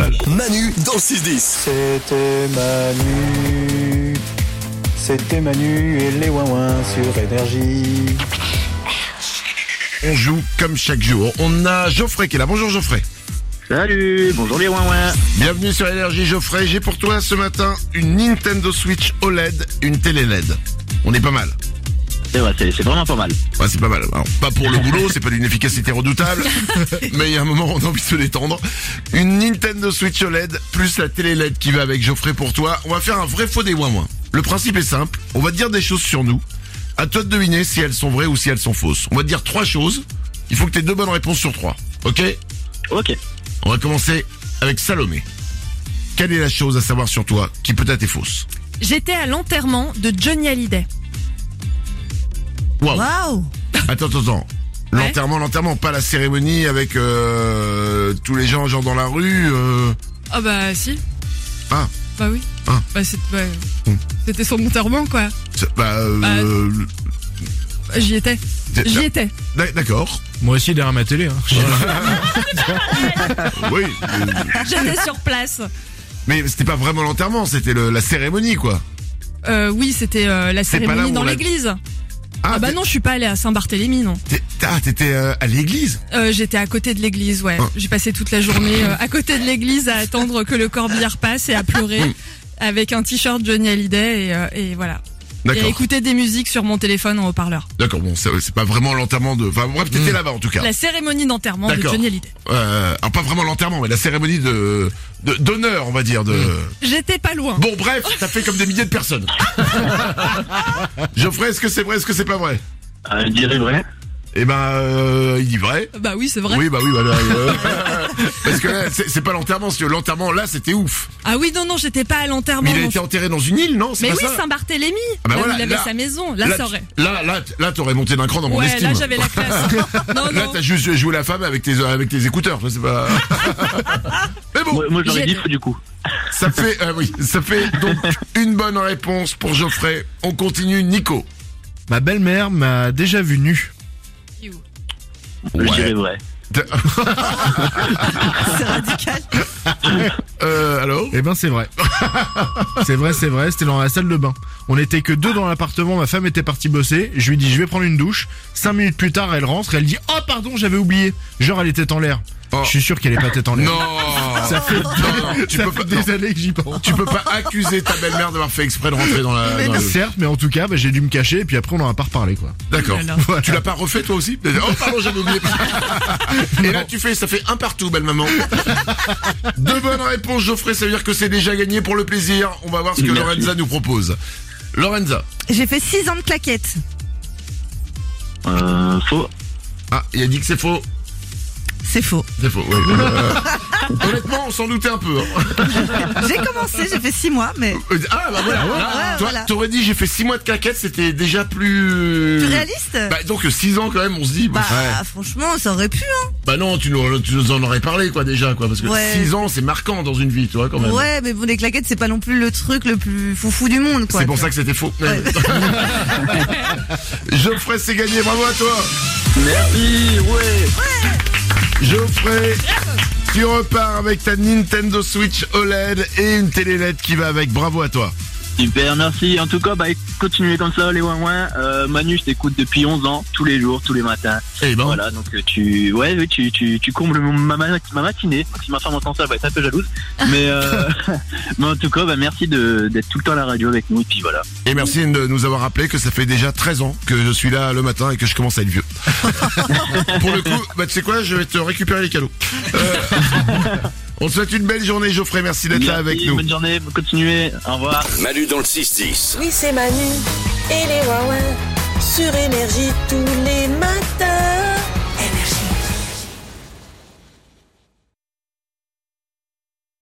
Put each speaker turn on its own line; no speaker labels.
Manu
Manu dans le 6-10.
C'était Manu. C'était Manu et les Wouin sur Énergie.
On joue comme chaque jour. On a Geoffrey qui est là. Bonjour Geoffrey.
Salut, bonjour les ouin
Bienvenue sur Énergie Geoffrey. J'ai pour toi ce matin une Nintendo Switch OLED, une télé LED. On est pas mal.
C'est vrai, Eh c'est c'est vraiment pas mal.
Ouais, c'est pas mal. Alors, pas pour le boulot, c'est pas d'une efficacité redoutable, mais il y a un moment où on a envie de se détendre. Une Nintendo Switch OLED plus la télé LED qui va avec Geoffrey pour toi. On va faire un vrai faux des moins moins. Le principe est simple. On va te dire des choses sur nous. À toi de deviner si elles sont vraies ou si elles sont fausses. On va te dire trois choses. Il faut que tu aies deux bonnes réponses sur trois. Ok
Ok.
On va commencer avec Salomé. Quelle est la chose à savoir sur toi qui peut-être est fausse
J'étais à l'enterrement de Johnny Hallyday.
Waouh
Waouh
Attends, attends, attends. L'enterrement, l'enterrement, pas la cérémonie avec euh, tous les gens genre dans la rue. euh,
Ah bah si.
Ah.
Bah oui.
Ah.
Bah c'est- bah,
Hmm.
c'était son enterrement quoi.
c'est- Bah, euh,
Bah,
le-
J'y étais.
c'est-
J'y étais.
d'ac- D'accord.
Moi aussi derrière ma télé. Hein.
Ah.
Oui. mais-
J'étais sur place.
Mais c'était pas vraiment l'enterrement, c'était le- la cérémonie quoi.
Euh, oui, c'était euh, la
C'est pas là où
cérémonie dans
on l'a-
l'église. Ah, bah
t'es-
non, je suis pas allée à Saint-Barthélemy non.
t'es- ah, t'étais euh, à l'église.
Euh, J'étais à côté de l'église, ouais.
Ah.
J'ai passé toute la journée euh, à côté de l'église à attendre que le corbillard passe et à
Hmm.
pleurer avec un t-shirt Johnny Hallyday et, euh, et voilà. Et à
D'accord.
écouter des musiques sur mon téléphone en haut-parleur.
D'accord. Bon, c'est c'est pas vraiment l'enterrement de. Enfin bref, t'étais là-bas en tout cas.
Mm. La cérémonie d'enterrement de
Ah. D'accord.
Johnny Hallyday.
Euh, alors pas vraiment l'enterrement, mais la cérémonie de de- d'honneur, on va dire. De.
J'étais pas loin.
Bon, bref, t'as fait comme des milliers de personnes. Geoffrey, est-ce que c'est vrai, est-ce que c'est pas vrai
Euh, je dirais vrai.
Eh ben, euh, il dit vrai.
Bah oui, c'est vrai.
Oui, bah oui, bah là, euh, parce que là, c'est c'est pas l'enterrement, parce que l'enterrement là, c'était ouf.
Ah oui, non, non, j'étais pas à l'enterrement.
Mais il a
non,
été enterré dans une île, non C'est
Mais
pas
oui,
ça
Saint-Barthélemy.
Ah bah
là
voilà,
où il avait
là-
sa maison. Là, ça
tu-
aurait.
là, là, t- là, t'aurais monté d'un cran dans mon
Ouais,
estime.
là, j'avais la classe. non,
Là,
non.
t'as juste joué la femme avec tes avec tes écouteurs. C'est pas. Mais bon,
Moi, moi j'aurais
J'ai-
dit faux du coup.
ça fait, ah oui, ça fait donc une bonne réponse pour Geoffrey. On continue, Nico.
ma belle-mère m'a déjà vu nu.
Je dirais vrai.
C'est radical.
Euh, alors
Eh ben c'est vrai. c'est vrai, c'est vrai. C'était dans la salle de bain. On était que deux dans l'appartement. Ma femme était partie bosser. Je lui dis je vais prendre une douche. Cinq minutes plus tard elle rentre. Elle dit oh pardon j'avais oublié. Genre elle était en l'air.
Oh.
Je suis sûr qu'elle est pas tête en l'air.
Non.
Ça fait,
Non, non, tu
ça
peux
fait
pas- non.
des années que j'y pense.
Tu peux pas accuser ta belle-mère d'avoir fait exprès de rentrer dans la. dans le-
Eh Certes, mais en tout cas, bah, j'ai dû me cacher et puis après on en a pas reparlé quoi.
D'accord.
Oh là là.
Tu l'as pas refait toi aussi Oh pardon, j'avais oublié. Et là tu fais, ça fait un partout, belle maman. Deux bonnes réponses, Geoffrey. Ça veut dire que c'est déjà gagné pour le plaisir. On va voir ce que
Merci.
Lorenza nous propose. Lorenza.
J'ai fait 6 ans de claquettes.
Euh, faux.
Ah, il a dit que c'est faux.
C'est faux.
C'est faux. ouais. Euh, honnêtement, on s'en doutait un peu. hein.
J'ai commencé, j'ai fait 6 mois, mais
Euh, Ah bah voilà. Là,
ouais,
toi,
voilà.
t'aurais dit j'ai fait six mois de claquettes, c'était déjà plus.
plus réaliste
Bah donc six ans quand même, on se dit.
Bah,
ouais.
franchement, ça aurait pu, hein.
Bah non, tu nous, tu nous en aurais parlé quoi déjà quoi parce que
Ouais.
6 ans c'est marquant dans une vie, tu vois quand même.
Ouais, mais bon, les claquettes, c'est pas non plus le truc le plus foufou du monde, quoi.
c'est pour ça que c'était faux.
Ouais.
Geoffrey c'est gagné, bravo à toi.
Merci, ouais.
Geoffrey, tu repars avec ta Nintendo Switch OLED et une télé LED qui va avec. Bravo à toi.
Super, merci. En tout cas, bah, continuez comme ça, les ouin Euh, Manu, je t'écoute depuis 11 ans, tous les jours, tous les matins.
Et ben
Voilà, donc euh, tu, ouais, oui, tu, tu, tu combles mon- ma, ma- ma matinée. Si ma femme entend ça, elle va être un peu jalouse. Mais, euh, mais en tout cas, bah, merci de- d'être tout le temps à la radio avec nous. Et puis voilà.
et merci de nous avoir rappelé que ça fait déjà 13 ans que je suis là le matin et que je commence à être vieux. Pour le coup, bah tu sais quoi, je vais te récupérer les cadeaux. Euh, on te souhaite une belle journée Geoffrey, merci d'être là
Merci,
avec nous.
Bonne journée, continuez. Au revoir.
Manu dans le 6-10.
Oui, c'est Manu et les Wawa sur Énergie tous les matins.